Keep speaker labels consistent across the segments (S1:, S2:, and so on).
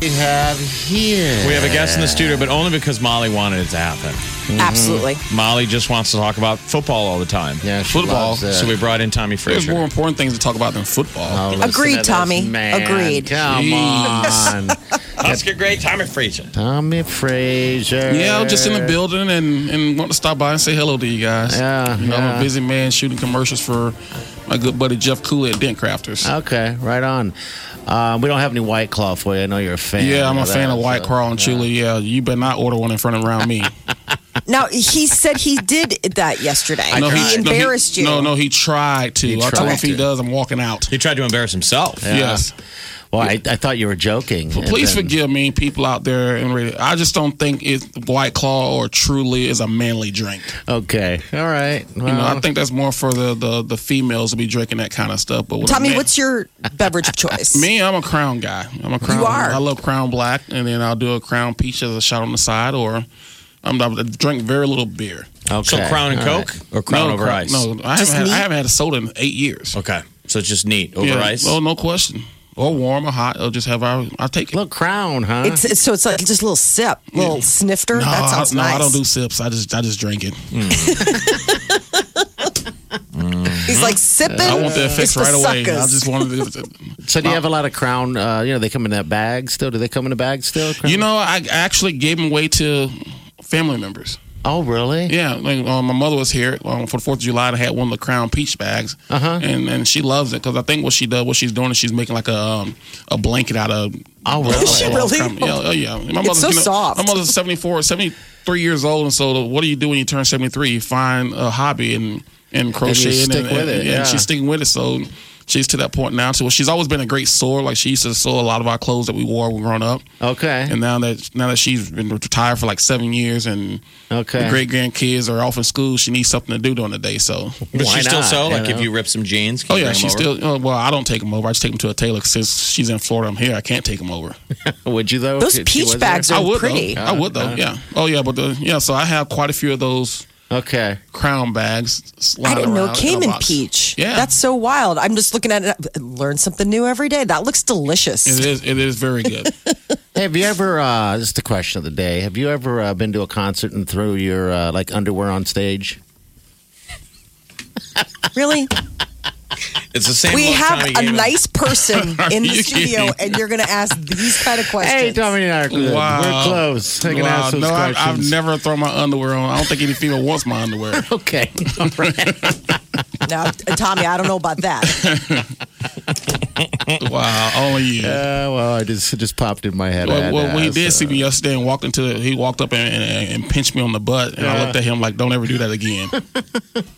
S1: We have here.
S2: We have a guest in the studio, but only because Molly wanted it to happen.
S3: Mm-hmm.
S4: Absolutely.
S2: Molly just wants to talk about football all the time.
S1: Yeah, she
S2: football.
S1: loves it.
S2: So we brought in Tommy
S3: There's more
S2: Fraser.
S3: important things to talk about than football.
S1: Oh, listen
S4: Agreed,
S1: to this
S4: Tommy.
S1: man.
S4: Agreed.
S1: Come on.
S2: Oscar great Tommy Fraser.
S1: Tommy Fraser.
S3: Yeah, I was just in the building and, and want to stop by and say hello to you guys.
S1: Yeah,
S3: You know, I'm
S1: yeah.
S3: a busy man shooting commercials for my good buddy Jeff Cooley at Dent Crafters.
S1: Okay, right on. Um, we don't have any White Claw for you. I know you're a fan.
S3: yeah, I'm a fan
S1: that,
S3: of White
S1: so-
S3: Claw and Chula. Yeah, you better not order one in front of around me.
S4: Now he said he did that yesterday.
S3: No,
S4: he
S3: no,
S4: embarrassed you.
S3: No, no, he tried to. I told him
S1: tried
S3: if he
S1: to.
S3: does, I'm walking out.
S2: He tried to embarrass himself.
S3: Yes.
S1: Well, I, I thought you were joking.
S3: But
S1: and
S3: please
S1: then-
S3: forgive me, people out there in radio. I just don't think it White Claw or Truly is a manly drink.
S1: Okay. All right. Well,
S3: You know, I think that's more for the the, the females to be drinking that kind of stuff. But with a
S4: Tommy,
S3: man-
S4: what's your beverage of choice?
S3: Me, I'm a crown guy. I'm a crown.
S4: are.
S3: I love crown black, and then I'll do a crown peach as a shot on the side, or I'm, I drink very little beer.
S1: okay.
S2: So Crown and
S1: All right.
S2: Coke or Crown
S3: no,
S2: over
S3: cra-
S2: ice?
S3: No, I haven't, had, I haven't had a soda in eight years.
S2: Okay. So it's just neat. Over
S3: Yeah,
S2: ice.
S3: Oh, no question. Or warm or hot. I'll just have our. I'll take it.
S1: Look, Crown, huh?
S4: It's, it's so it's like just a little sip, little snifter.
S3: no,
S4: that sounds
S3: I, no,
S4: nice.
S3: I don't do sips. I just I just drink it.
S4: He's like sipping.
S3: I want the
S4: Uh, It's
S3: effects right away. I
S4: suckers.
S3: just wanted to.
S1: so do you have a lot of Crown? Uh, you know, they come in that bag still. Do they come in a bag still? Crown?
S3: you know, I actually gave them away to family members.
S1: Oh, really?
S3: Yeah, like, um, my mother was here um, for the Fourth of July. and had one of the Crown peach bags,
S1: Uh-huh.
S3: and and she loves it because I think what she does, what she's doing, is she's making like a um, a blanket out of.
S1: Oh, really?
S4: Is she
S3: Well,
S4: really?
S3: Crown- Yeah, oh, yeah. My mother's
S4: so
S3: you know,
S4: soft.
S3: My mother's 74, 73 years old, and so what do you do when you turn seventy three? You find a hobby and and crochet,
S1: stick
S3: and,
S1: with it,
S3: and
S1: yeah.
S3: she's sticking with it. So. She's to that point now. So she's always been a great sewer. Like she used to sew a lot of our clothes that we wore when we were growing up.
S1: Okay.
S3: And now that now that she's been retired for like seven years, and
S1: Okay.
S3: the great grandkids are off in school, she needs something to do during the day. So,
S2: but
S1: Why
S2: she still
S1: not,
S2: so
S1: you
S2: like
S1: know?
S2: if you rip some jeans. can
S3: oh
S2: you
S3: yeah,
S2: bring 'em
S3: she's
S2: over?
S3: still. Oh, well, I don't take them over. I just take them to a tailor since she's in Florida. I'm here. I can't take them over.
S1: Would you though?
S4: Those
S1: if she
S4: peach
S1: was
S4: bags
S1: there?
S3: I
S4: are
S3: would
S4: pretty.
S3: though. I would though. Yeah. Oh yeah, but the, yeah. So I have quite a few of those
S1: Okay.
S3: crown bags.
S4: I didn't know it
S3: around
S4: came
S3: a
S4: in
S3: box.
S4: peach.
S3: Yeah.
S4: That's so wild. I'm just looking at it. Learn something new every day. That looks delicious.
S3: It is. It is very good.
S1: Hey, have you ever? Uh, this is the question of the day. Have you ever uh, been to a concert and threw your uh, like underwear on stage?
S4: Really?
S2: It's the same.
S4: we
S2: little
S4: have
S2: Tommy
S4: a
S2: game.
S4: nice person in the
S3: you
S4: studio,
S3: kidding?
S4: and you're going to ask these kind of questions.
S1: Hey, Tommy and I are good.
S3: Wow.
S1: We're close. I can
S3: Wow.
S1: ask those
S3: no, I,
S1: questions.
S3: I've never thrown my underwear on. I don't think any female wants my underwear.
S1: Okay.
S4: Now, uh, Tommy, I don't know about that.
S3: Wow. Only you.
S1: Uh, well, I just it just popped in my head. I
S3: Well,
S1: had
S3: well,
S1: to
S3: when he
S1: ask,
S3: did
S1: uh,
S3: see me yesterday and walked into he walked up and, and, and pinched me on the butt, and I looked at him like, "Don't ever do that again."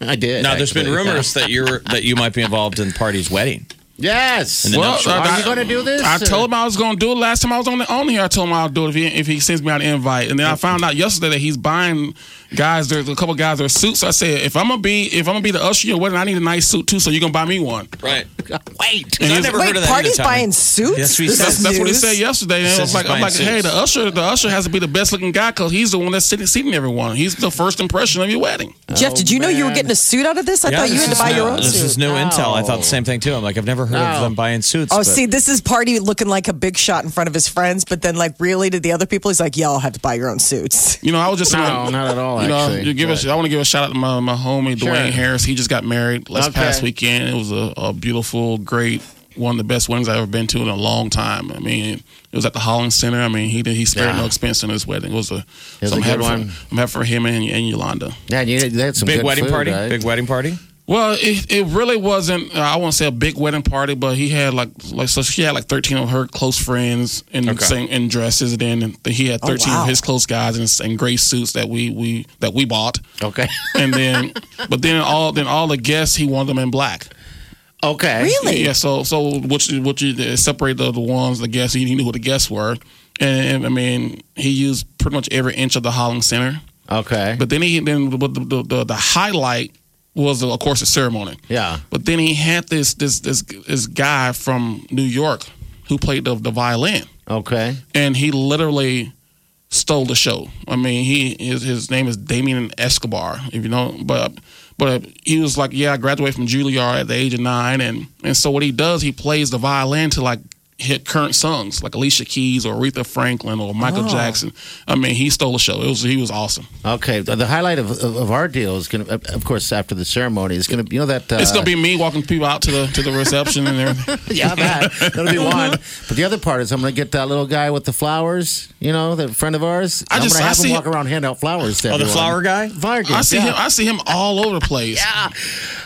S1: I did.
S2: Now there's been
S1: actually.
S2: rumors that you're that you might be involved in Party's wedding.
S1: Yes.
S2: And then Well,
S1: are
S2: I-
S1: you going to do this?
S3: I
S1: or-
S3: told him I was going to do it last time I was on the, on here. I told him I'll do it if he, if he sends me out an invite, and then I found out yesterday that he's buying guys. There's a couple guys their suits. I said, if I'm gonna be if I'm gonna be the usher, at your wedding, I need a nice suit too. So you're gonna buy me one.
S2: Right.
S1: Wait.
S2: I
S3: he's-
S2: never heard
S4: Wait,
S2: of that.
S4: party's
S2: either, Tommy.
S4: buying suits?
S2: Yes, we
S4: This
S2: said-
S4: is
S3: That's what he
S4: news?
S3: said yesterday. And I
S2: says
S3: was like,
S2: he's
S3: I'm
S2: buying
S3: like, hey,
S2: suits.
S3: the usher, the usher has to be the best looking guy because he's the one that's sitting seating everyone. He's the first impression of your wedding.
S4: Jeff, did you know you were
S1: man.
S4: getting a suit out of this? I
S2: Oh, Yeah,
S4: thought you
S2: this
S4: had to
S2: is
S4: buy
S2: new-
S4: your own
S2: This
S4: suit.
S2: is new intel. I thought the same thing too. I'm like, I've never heard of
S1: No.
S2: them buying suits.
S4: Oh,
S2: but-
S4: see, this is party looking like a big shot in front of his friends, but then, like, really to the other people, he's like, y'all have to buy your own suits.
S3: You know, I was just
S1: No, not at all.
S3: You know,
S1: actually,
S3: you give us. I want to give a shout out to my, my homie
S1: Sure.
S3: Dwayne Harris. He just got married last
S1: Okay.
S3: past weekend. It was a, a beautiful, great, one of the best weddings I've ever been to in a long time. I mean, it was at the Holland Center. I mean, he did, he spared
S1: Yeah.
S3: no expense in his wedding. It was a.
S1: was a
S3: I'm
S1: good
S3: happy
S1: one.
S3: For, I'm happy for him and, and Yolanda.
S1: Yeah, you, they had some
S2: big
S1: good
S2: wedding
S1: food,
S2: party.
S1: right?
S2: Big wedding party. Oh,
S3: Well, it, it really wasn't. Uh, I won't say a big wedding party, but he had like like so she had like thirteen of her close friends in
S2: Okay.
S3: same in dresses. And then and he
S1: Oh,
S3: had thirteen
S4: wow.
S3: of his close guys in, in gray suits that we we that we bought.
S1: Okay.
S3: And then, but then all then all the guests he wanted them in black.
S1: okay.
S4: Really?
S3: Yeah. So so which which you uh, separate the, the ones the guests he knew who the guests were, and I mean he used pretty much every inch of the Holland Center.
S1: Okay.
S3: But then he then the the, the, the highlight was of course the ceremony.
S1: yeah.
S3: But then he had this this this this guy from New York who played the, the violin,
S1: Okay.
S3: and he literally stole the show. I mean, he his, his name is Damien Escobar, if you know. But but he was like, yeah, I graduated from Juilliard at the age of nine, and and so what he does, he plays the violin to like hit current songs like Alicia Keys or Aretha Franklin or
S1: Oh.
S3: Michael Jackson. I mean, he stole the show. It was he was awesome.
S1: Okay. The, the highlight of, of of our deal is going to, of course, after the ceremony, is going to, you know, that. Uh,
S3: It's gonna be me walking people out to the to the reception and everything.
S1: Yeah, that. That'll
S3: Mm-hmm.
S1: be one. But the other part is I'm going to get that little guy with the flowers, you know, the friend of ours.
S3: I
S1: am
S3: just-
S1: going to
S3: I
S1: have him
S3: see-
S1: walk around hand out flowers
S2: Oh,
S1: to
S2: the
S1: everyone.
S2: flower guy?
S1: Flower guy.
S3: I see
S1: yeah.
S3: him. I see him all over the place.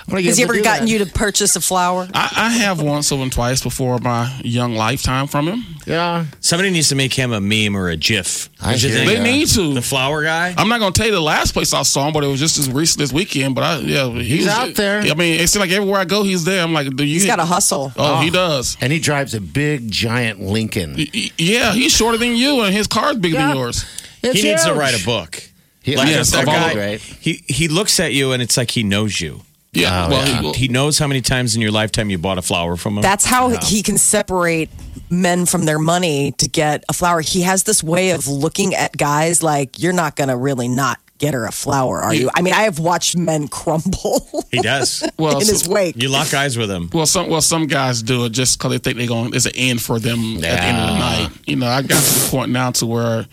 S1: I'm gonna get
S4: Has he
S1: him to
S4: ever
S1: do
S4: gotten
S1: that.
S4: you to purchase a flower?
S3: I, I have once or twice before my young lifetime from him.
S1: Yeah.
S2: Somebody needs to make him a meme or a GIF.
S1: I
S2: Don't you
S1: hear
S2: think?
S3: They
S1: Yeah.
S3: need to.
S2: The flower guy.
S3: I'm not gonna tell you the last place I saw him, but it was just this recent this weekend. But I, yeah, he was,
S1: out there.
S3: I mean, it seemed like everywhere I go, he's there. I'm like, do you?
S4: He's got to hustle.
S3: oh, he does.
S1: And he drives a big, giant Lincoln.
S3: Y- y- Yeah, he's shorter than you, and his car's bigger
S1: Yeah.
S3: than yours.
S1: It's
S2: he needs to
S1: huge.
S2: write a book.
S1: He,
S2: Like
S3: Yes,
S2: that
S3: of all
S2: guy,
S3: the
S1: great.
S2: he he looks at you and it's like he knows you.
S3: Yeah,
S1: Oh,
S3: well,
S1: yeah.
S3: He, well,
S2: He knows how many times in your lifetime you bought a flower from him.
S4: That's how he can separate men from their money to get a flower. He has this way of looking at guys like, you're not going to really not get her a flower, are you? I mean, I have watched men crumble
S2: he does.
S3: well,
S4: in
S3: so-
S4: his wake.
S2: You lock eyes with him.
S3: well, some well some guys do it just because they think they're going. It's an end for them at the end of the night. You know, I got to the point now to where.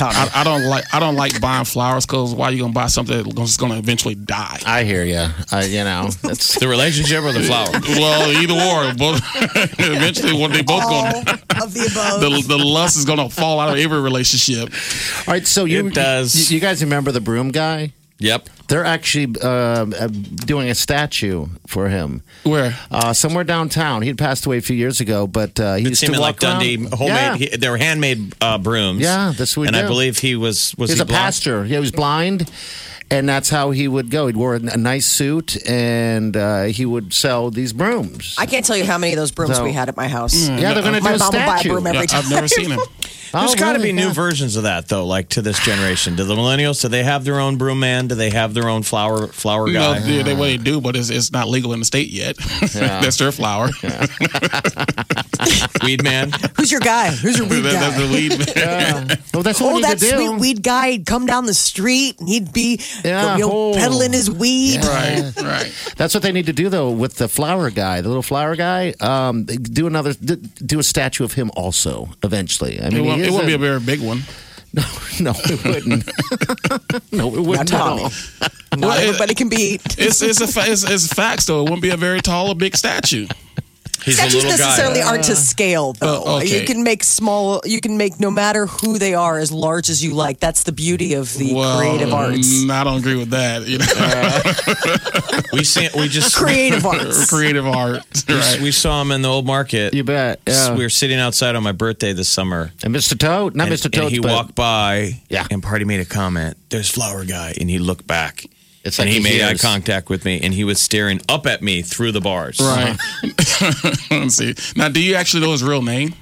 S3: I, I don't like I don't like buying flowers because why you gonna buy something that's gonna eventually die?
S1: I hear you. I, you know, that's
S2: The relationship or the flower.
S3: Well, either or, both. eventually, what they both
S1: Oh.
S4: All
S3: going
S4: of the above.
S3: the the lust is gonna fall out of every relationship.
S1: all right. So you
S2: It does.
S1: You, you guys remember the broom guy?
S2: Yep.
S1: They're actually uh, uh, doing a statue for him
S3: Where
S1: uh, somewhere downtown. He had passed away a few years ago, but uh, he
S2: It
S1: used
S2: seemed
S1: to
S2: like
S1: walk
S2: Dundee
S1: around.
S2: homemade.
S1: Yeah.
S2: He, they were handmade uh, brooms.
S1: Yeah, that's what we
S2: And I
S1: do.
S2: believe he was was
S1: He's
S2: he
S1: a
S2: blind?
S1: pastor. Yeah, he was blind, and that's how he would go. He'd wear a, a nice suit, and uh, he would sell these brooms.
S4: I can't tell you how many of those brooms
S1: So-
S4: we had at my house.
S1: Mm. yeah, they're going to do
S4: My
S1: a
S4: mom will buy a
S1: statue.
S4: broom every
S3: Yeah,
S4: time.
S3: I've never seen him.
S2: There's
S1: Oh,
S2: got to
S1: really?
S2: be new
S1: Yeah.
S2: versions of that though. Like to this generation, do the millennials? Do they have their own broom man? Do they have their own flower flower
S3: You know,
S2: guy?
S3: they, they what they do, but it's, it's not legal in the state yet. that's their flower.
S2: Weed man.
S4: Who's your guy? Who's your
S3: That-
S4: weed
S3: that's
S4: guy?
S3: the weed.
S1: Well, that's what
S4: Oh,
S1: we need
S4: that
S1: to do.
S4: sweet weed guy. He'd come down the street and he'd be
S1: Yeah,
S4: you know,
S1: oh.
S4: peddling his weed.
S3: right, right.
S1: That's what they need to do though with the flower guy, the little flower guy. Um, do another, d- do a statue of him also eventually. I
S3: It
S1: mean,
S3: won't,
S1: he
S3: it won't be
S1: is
S3: a very big one.
S1: no, it wouldn't. no, it wouldn't at
S4: Tommy.
S1: all.
S4: Not everybody can be.
S3: It's it's a fa- it's, it's facts though. It wouldn't be a very tall or big statue.
S2: He's a
S4: Statues
S2: little guy.
S4: necessarily aren't to scale, though.
S3: Oh, okay.
S4: You can make small. You can make no matter who they are as large as you like. That's the beauty of the
S3: Well,
S4: creative arts.
S3: mm, I don't agree with that. You know,
S2: We see, we just
S4: Creative arts.
S3: creative art. Right.
S2: we saw him in the old market.
S1: You bet. Yeah.
S2: We were sitting outside on my birthday this summer.
S1: And Mr. Toad, not
S2: and,
S1: Mr.
S2: and
S1: Toad,
S2: he
S1: but
S2: walked by,
S1: Yeah.
S2: and Party made a comment. There's flower guy, and he looked back.
S1: It's
S2: and
S1: like
S2: he,
S1: he
S2: made eye
S1: hears.
S2: contact with me, and he was staring up at me through the bars.
S3: Right. Let's see. Now, do you actually know his real name?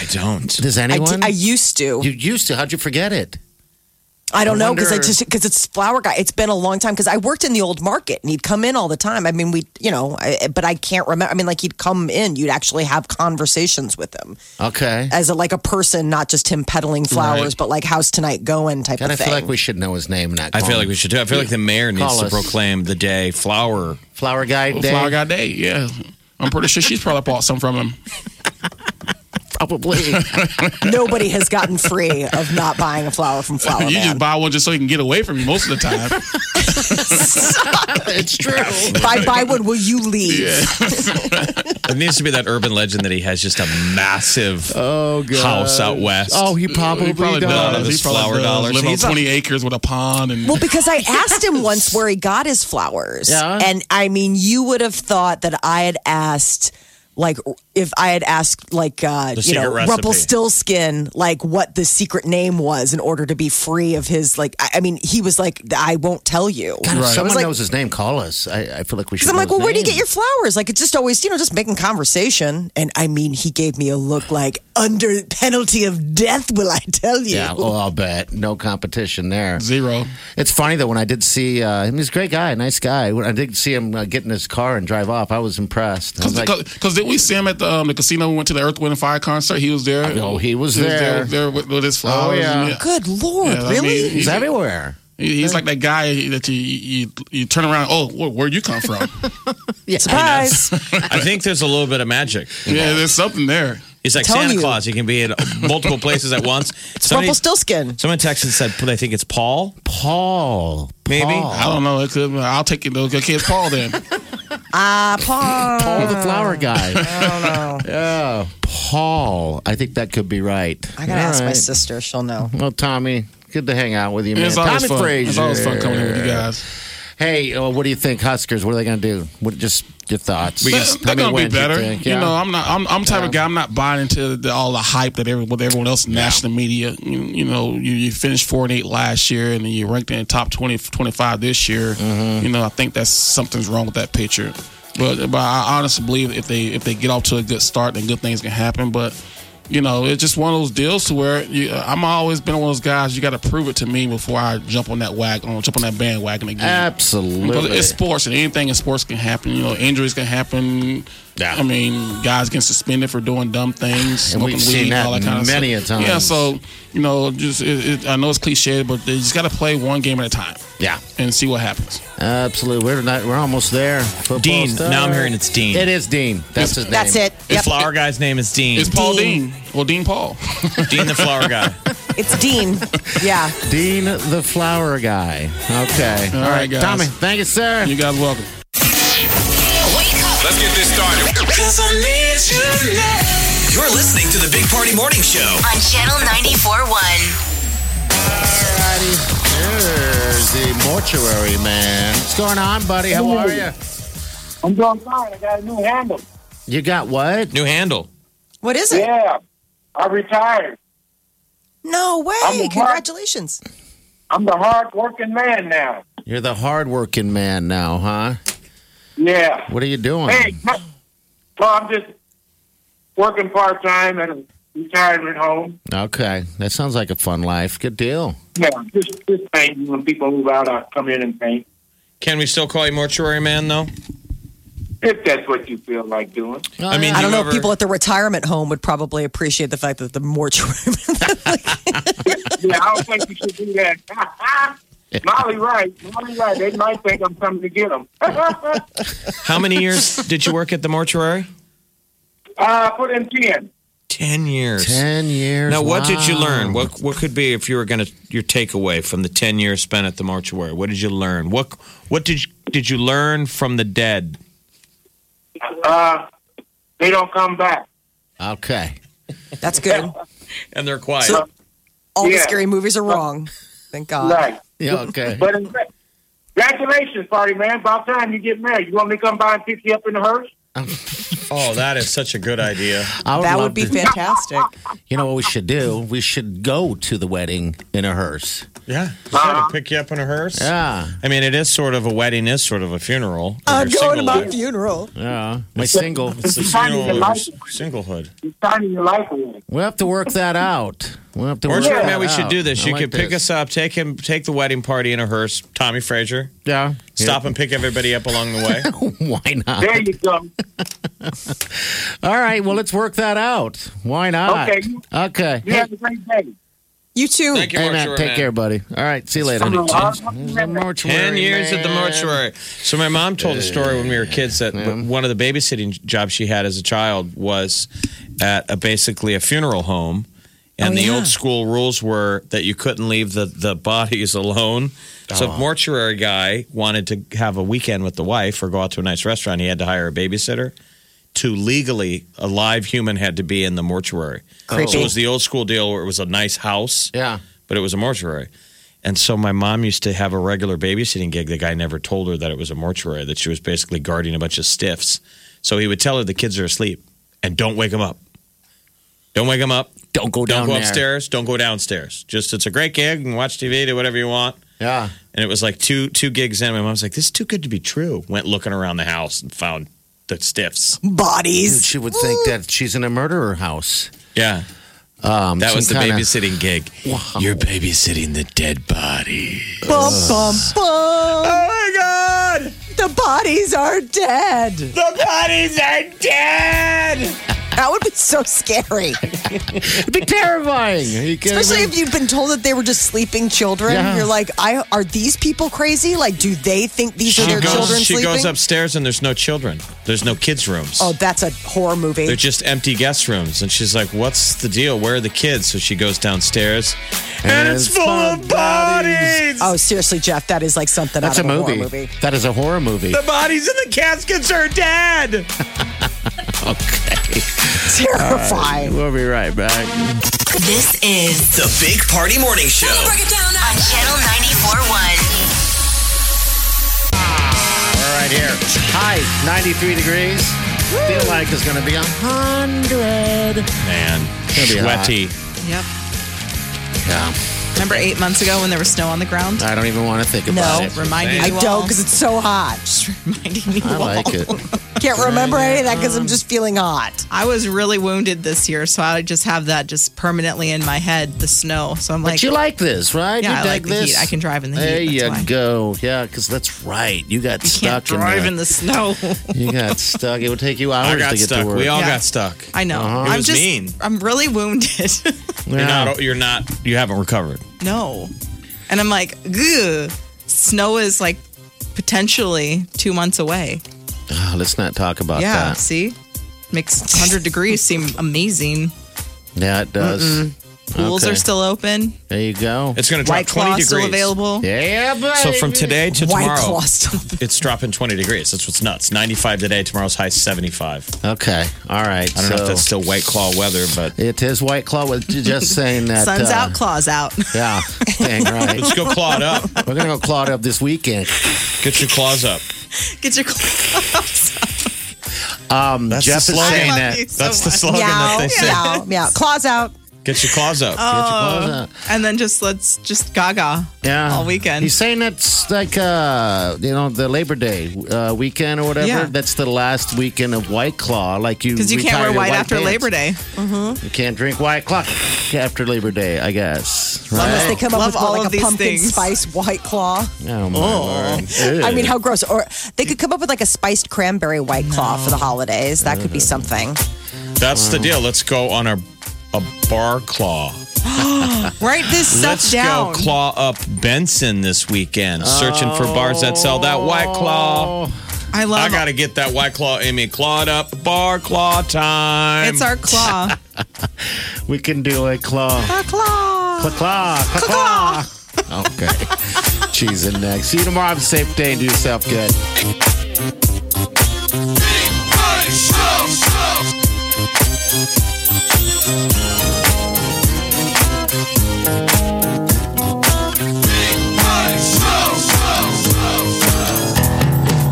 S2: I don't.
S1: Does
S4: I, d-
S1: anyone?
S4: I used to.
S1: you used to. How'd you forget it?
S4: I don't
S1: I
S4: know because I
S1: wonder-
S4: just because it's flower guy. It's been a long time because I worked in the old market and he'd come in all the time. I mean, we, you know, I, but I can't remember. I mean, like he'd come in, you'd actually have conversations with him
S1: Okay.
S4: as a, like a person, not just him peddling flowers, but like how's tonight going type
S1: God, I
S4: of thing.
S1: feel like we should know his name. Not
S2: I
S1: call
S2: feel like
S1: him.
S2: we should do. I feel like the mayor needs
S1: Call
S2: to
S1: us.
S2: proclaim the day flower.
S1: flower guy. Day,
S3: Flower Guy Day. Yeah, I'm pretty sure she's probably bought some from him.
S1: probably.
S4: Nobody has gotten free of not buying a flower from Flower
S3: you
S4: Man.
S3: just buy one just so you can get away from you most of the time.
S1: it's true.
S4: Bye bye. When will you leave?
S2: It needs to be that urban legend that he has just a massive
S4: Uh,
S1: Oh god.
S2: house out west.
S1: Oh, he probably,
S3: probably
S1: does.
S2: does.
S3: does.
S2: His flower dollars.
S3: Live
S2: He's a-
S3: on 20 acres with a pond and
S4: Well, because I asked him once where he got his flowers.
S1: Yeah.
S4: And I mean, you would have thought that I had asked, like, if I had asked, like, uh,
S2: The
S4: you know,
S2: secret recipe.
S4: Rumpelstiltskin, like, what the secret name was in order to be free of his, like, I, I mean, he was like, I won't tell you.
S1: God, if
S4: I was
S1: someone
S4: like,
S1: knows his name, call us. I, I feel like we should.
S4: Because I'm
S1: know
S4: like, well,
S1: his
S4: where do you get
S1: name.
S4: your flowers? Like, it's just always, you know, just making conversation. And I mean, he gave me a look like, under penalty of death, will I tell you?
S1: Yeah, well, I'll bet no competition there.
S3: zero.
S1: It's funny though when I did see uh, him. He's a great guy, nice guy. When I did see him uh, get in his car and drive off, I was impressed. I was like,
S3: Because did we see him at the, um, the casino? We went to the Earth, Wind, and Fire concert. He was there.
S1: oh, he was
S3: there,
S1: there. Oh,
S3: there with, with his flowers.
S1: yeah.
S3: and-
S4: Good Lord,
S3: Yeah, I
S4: really?
S3: mean,
S1: He's
S3: he-
S1: everywhere.
S3: he- he's like that guy that you you, you turn around. Oh, where, where you come from?
S4: Surprise.
S2: I think there's a little bit of magic.
S3: yeah, there's something there.
S2: He's like
S4: Tell
S2: Santa
S4: you.
S2: Claus. He can be in multiple places at once. Somebody,
S4: Rumpelstiltskin.
S2: someone texted and said they think it's Paul.
S1: Paul,
S2: Maybe.
S1: Paul,
S3: I don't know. It could, I'll take it. though. Okay, it's Paul then.
S4: Ah, Paul.
S1: Paul Oh, the
S4: Uh,
S1: flower guy. Yeah, Paul. I think that could be right.
S4: I gotta
S1: All
S4: ask my
S1: right.
S4: sister. She'll know.
S1: Well, Tommy, good to hang out with you, man.
S3: It's
S1: Tommy
S3: always fun.
S1: Frazier.
S3: It's always fun coming in with you guys.
S1: Hey, uh, what do you think, Huskers? What are they going to do? What just your thoughts?
S3: They-
S1: How
S3: they're
S1: many
S3: gonna be
S1: wins you
S3: better. You,
S1: think? Yeah.
S3: know, I'm not. I'm, I'm the type of guy. I'm not buying into the, all the hype that every, what everyone else in national media. You, you know, you, you finished four and eight last year, and then you ranked in the top 20, 25 this year.
S1: Mm-hmm.
S3: You know, I think that's something's wrong with that picture. But but I honestly believe if they if they get off to a good start, then good things can happen. But you know, it's just one of those deals to where you, I'm always been one of those guys. You got to prove it to me before I jump on that wagon, jump on that bandwagon again. Because
S1: Absolutely.
S3: it's sports, and anything in sports can happen. You know, injuries can happen.
S1: Yeah.
S3: I mean, guys get suspended for doing dumb things,
S1: And
S3: smoking
S1: we've seen
S3: weed,
S1: that
S3: all that kind of
S1: many a
S3: stuff.
S1: times.
S3: Yeah, so you know, just it, it, I know it's cliche, but they just got to play one game at a time
S1: yeah.
S3: and see what happens.
S1: Absolutely. We're not, we're almost there. Football
S2: Dean.
S1: star.
S2: Now I'm hearing it's Dean.
S1: It is Dean. That's his name.
S4: That's it.
S2: The flower guy's name is Dean.
S3: It's Paul Dean. Well, Dean Paul.
S2: Dean the flower guy.
S4: It's Dean. Yeah.
S1: Dean the flower guy. Okay.
S3: All right, guys.
S1: Tommy, thank you, sir.
S3: you guys welcome.
S5: Wake up.
S6: Let's get this started. You're listening to the Big Party Morning Show.
S5: On Channel 94.1.
S1: Alrighty. There's the mortuary man. What's going on, buddy? How are you?
S7: I'm doing fine. I got a new handle.
S1: You got what?
S2: New handle.
S4: What is it?
S7: Yeah, I retired.
S4: No way.
S7: I'm a mark.
S4: Congratulations.
S7: I'm the hard-working man now.
S1: You're the hardworking man now, huh?
S7: Yeah.
S1: What are you doing?
S7: Hey, so I'm just working part time at a retirement home.
S1: Okay. That sounds like a fun life. Good deal.
S7: Yeah, just just painting. When people move out, I come in and paint.
S2: Can we still call you mortuary man though?
S7: If that's what you feel like doing.
S2: I mean,
S4: I don't know.
S2: whoever-
S4: People at the retirement home would probably appreciate the fact that the mortuary.
S7: Yeah, I don't think you should do that. Molly Wright, Molly Wright. They might think I'm coming to get them. uh,
S2: How many years did you work at the mortuary?
S7: Uh, put in ten.
S2: Ten years.
S1: Ten years.
S2: Now, what did you
S1: Wow.
S2: learn? What what could be if you were going to your takeaway from the ten years spent at the mortuary? What did you learn? What what did you, did you learn from the dead?
S7: Uh, they don't come back.
S1: Okay.
S4: That's good.
S2: And they're quiet.
S4: So- All the
S7: Yeah.
S4: scary movies are wrong. Thank God.
S7: Right.
S1: Yeah, okay.
S7: But in fact, congratulations, party man. About time you get married. You want me to come by and pick you up in the hearse?
S2: oh, that is such a good idea.
S1: I
S4: That
S1: love
S4: would be
S1: to-
S4: fantastic.
S1: You know what we should do? We should go to the wedding in a hearse.
S2: Yeah, pick you up in a hearse.
S1: Yeah.
S2: I mean, it is sort of a wedding, is sort of a funeral. Your
S4: I'm going to
S2: single
S4: my
S2: life.
S4: funeral.
S1: Yeah. My single.
S2: It's the
S7: Finding
S2: funeral
S7: the
S2: of
S7: life.
S2: singlehood.
S7: You're starting your life away.
S1: We'll have to work that out. We'll have to work
S2: Mortuary
S1: that
S2: man, we should
S1: out.
S2: do this.
S1: I
S2: You
S1: like
S2: could pick
S1: this.
S2: us up, take him, take the wedding party in a hearse. Tommy Frazier,
S1: Yeah.
S2: stop and pick everybody up along the way.
S1: Why not?
S7: There you go.
S1: All right. Well, let's work that out. Why not?
S7: Okay.
S1: Okay.
S7: You have a great day.
S4: You too.
S2: Thank you,
S1: Hey,
S2: mortuary
S1: Matt, uh, take
S2: man.
S1: care, buddy. All right. See you later.
S7: I'm a hard-
S1: The mortuary
S2: 10 years at the
S1: man.
S2: mortuary. So, my mom told a story when we were kids that one of the babysitting jobs she had as a child was at a, basically a funeral home. And
S4: Oh,
S2: the
S4: yeah.
S2: old school rules were that you couldn't leave the, the bodies alone. So if mortuary guy wanted to have a weekend with the wife or go out to a nice restaurant, he had to hire a babysitter. To legally, a live human had to be in the mortuary. So it was the old school deal where it was a nice house
S1: Yeah.
S2: but it was a mortuary. And so my mom used to have a regular babysitting gig. The guy never told her that it was a mortuary, that she was basically guarding a bunch of stiffs. So he would tell her the kids are asleep and don't wake them up. Don't wake them up.
S1: Don't go
S2: Don't
S1: down
S2: go
S1: there.
S2: upstairs. Don't go downstairs. Just it's a great gig and watch TV, do whatever you want.
S1: Yeah.
S2: And it was like two two gigs in. My mom's like, "This is too good to be true." Went looking around the house and found the stiffs.
S1: Dude,
S4: Bodies.
S1: she would think that she's in a murderer house.
S2: Yeah,
S1: Um,
S2: that was the
S1: some kinda-
S2: babysitting gig. You're babysitting the dead body.
S4: Bum, bum, bum.
S2: Oh my god!
S4: The bodies are dead.
S2: The bodies are dead.
S4: That would be so scary.
S1: It'd be terrifying. Are you kidding
S4: Especially
S1: me?
S4: if you've been told that they were just sleeping children.
S1: Yeah.
S4: You're like, I are these people crazy? Like, do they think these are
S2: She
S4: their
S2: goes.
S4: children
S2: She
S4: sleeping?
S2: goes upstairs and there's no children. There's no kids' rooms.
S4: Oh, that's a horror movie.
S2: They're just empty guest rooms. And she's like, "What's the deal? Where are the kids?" So she goes downstairs, and, it's full of bodies.
S4: oh, seriously, Jeff, that is like something
S1: That's
S4: out
S1: a
S4: of a
S1: movie.
S4: horror movie.
S1: That is a horror movie.
S2: The bodies in the caskets are dead.
S1: Okay.
S4: Terrifying.
S1: We'll be right back.
S5: This is
S6: The Big Party Morning Show.
S5: on Channel 94.1.
S1: All right, here. High 93 degrees. Feel like it's going to be 100.
S2: Man,
S1: It's gonna be hot.
S2: sweaty.
S8: Yep.
S1: Yeah.
S8: Remember eight months ago when there was snow on the ground?
S1: I don't even want to think about
S4: No.
S1: it.
S8: Reminding
S4: I
S8: you
S4: don't
S8: all.
S4: because it's so hot.
S8: reminding you
S1: I
S8: all.
S1: like it.
S4: Can't remember any of that because I'm just feeling hot.
S8: I was really wounded this year, so I just have that just permanently in my head, the snow. So I'm like,
S1: But you like this, right?
S8: Yeah,
S1: you
S8: I like the heat. I can drive in the heat,
S1: There
S8: that's
S1: you
S8: why.
S1: go. Yeah, because that's right. You got
S8: you can't
S1: stuck
S8: drive in
S1: in,
S8: the snow.
S1: the. You got stuck. It would take you hours
S2: I got
S1: to get to
S2: stuck.
S1: work.
S2: We all
S8: Yeah.
S2: got stuck.
S8: I know.
S1: Uh-huh. It
S8: I'm
S2: was
S8: just,
S2: mean.
S8: I'm really wounded.
S2: You're
S1: Yeah.
S2: not. You're not. You haven't recovered.
S8: no. And I'm like, Ugh. snow is like potentially two months away.
S1: Ah, let's not talk about
S8: yeah.
S1: that.
S8: See? Makes 100 degrees seem amazing.
S1: Yeah, it does.
S8: Pools
S1: Okay.
S8: are still open.
S1: There you go.
S2: It's going to drop
S8: White
S2: 20
S8: claw
S2: degrees.
S8: still available.
S1: yeah, but
S2: So from today to
S4: White
S2: tomorrow,
S4: claw still.
S2: it's dropping 20 degrees. That's what's nuts. 95 today. Tomorrow's high 75.
S1: Okay. All right.
S2: I don't know
S1: so
S2: if that's still White Claw weather, but
S1: It is White Claw. We're Just saying that.
S8: Sun's
S1: uh,
S8: out, claws out.
S1: Yeah. Dang right.
S2: let's go claw it up.
S1: We're gonna go claw it up this weekend.
S2: Get your claws up.
S8: Get your claws out.
S1: Um,
S2: That's
S1: Jeff
S2: the
S1: is
S2: slogan.
S8: I
S1: saying
S8: love
S1: that.
S8: you so
S2: That's the
S8: much.
S2: slogan that they say.
S4: Meow, meow. Claws out.
S2: Get your claws up.
S1: Oh.
S8: And then just let's just gaga
S1: Yeah.
S8: all weekend.
S1: He's saying that's like uh, you know the Labor Day uh, weekend or whatever.
S8: Yeah.
S1: That's the last weekend of White Claw. Like you
S8: because you can't wear white, after Labor Day.
S1: You can't drink White Claw after Labor Day, I guess.
S4: Unless they
S1: Right?
S4: come up
S8: Love
S4: with more
S8: all
S4: like
S8: of
S4: a
S8: these
S4: pumpkin
S8: things.
S4: spice white claw.
S1: Oh my lord. Ew.
S4: I mean, how gross. Or they could come up with like a spiced cranberry white claw for the holidays. That could be something.
S2: That's the deal. Let's go on a a bar claw.
S8: Write this stuff
S2: Let's
S8: down.
S2: go claw up Benson this weekend. Searching for bars that sell that White Claw.
S8: I love
S2: I gotta get that White Claw in me. Clawed up. Bar claw time.
S8: It's our claw.
S1: we can do a claw.
S8: our claw.
S1: Claw, claw, claw. claw. okay. Cheese and next. See you tomorrow. Have a safe day and do yourself good.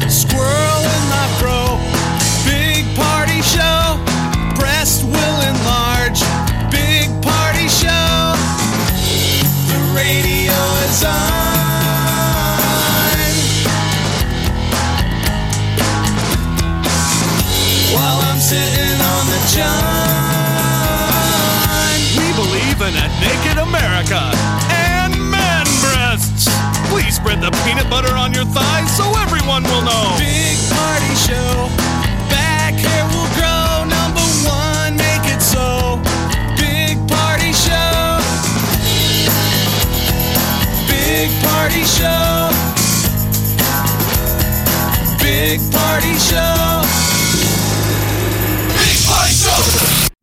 S6: Squirrel in my fro. Big party show. Breast will enlarge. Big party show. The radio is on. While I'm sitting on the john. We believe in a naked America and man breasts. Please spread the peanut butter on your thighs so everyone will know. Big party show. Back hair will grow. Number one, make it so. Big party show. Big party show. Big party show. Big party show.